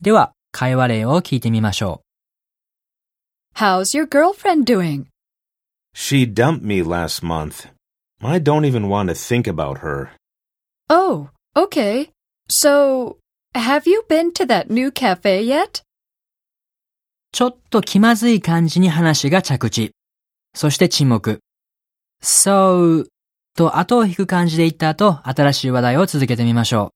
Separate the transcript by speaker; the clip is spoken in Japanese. Speaker 1: では、会話例を聞いてみましょ
Speaker 2: How's your girlfriend doing?
Speaker 3: She dumped me last month. I don't even want to think about her.
Speaker 2: Oh, okay. So, have you been to that new cafe yet?
Speaker 1: う。ちょっと気まずい感じに話が着地。そして沈黙。so と後を引く感じで言った後、新しい話題を続けてみましょう。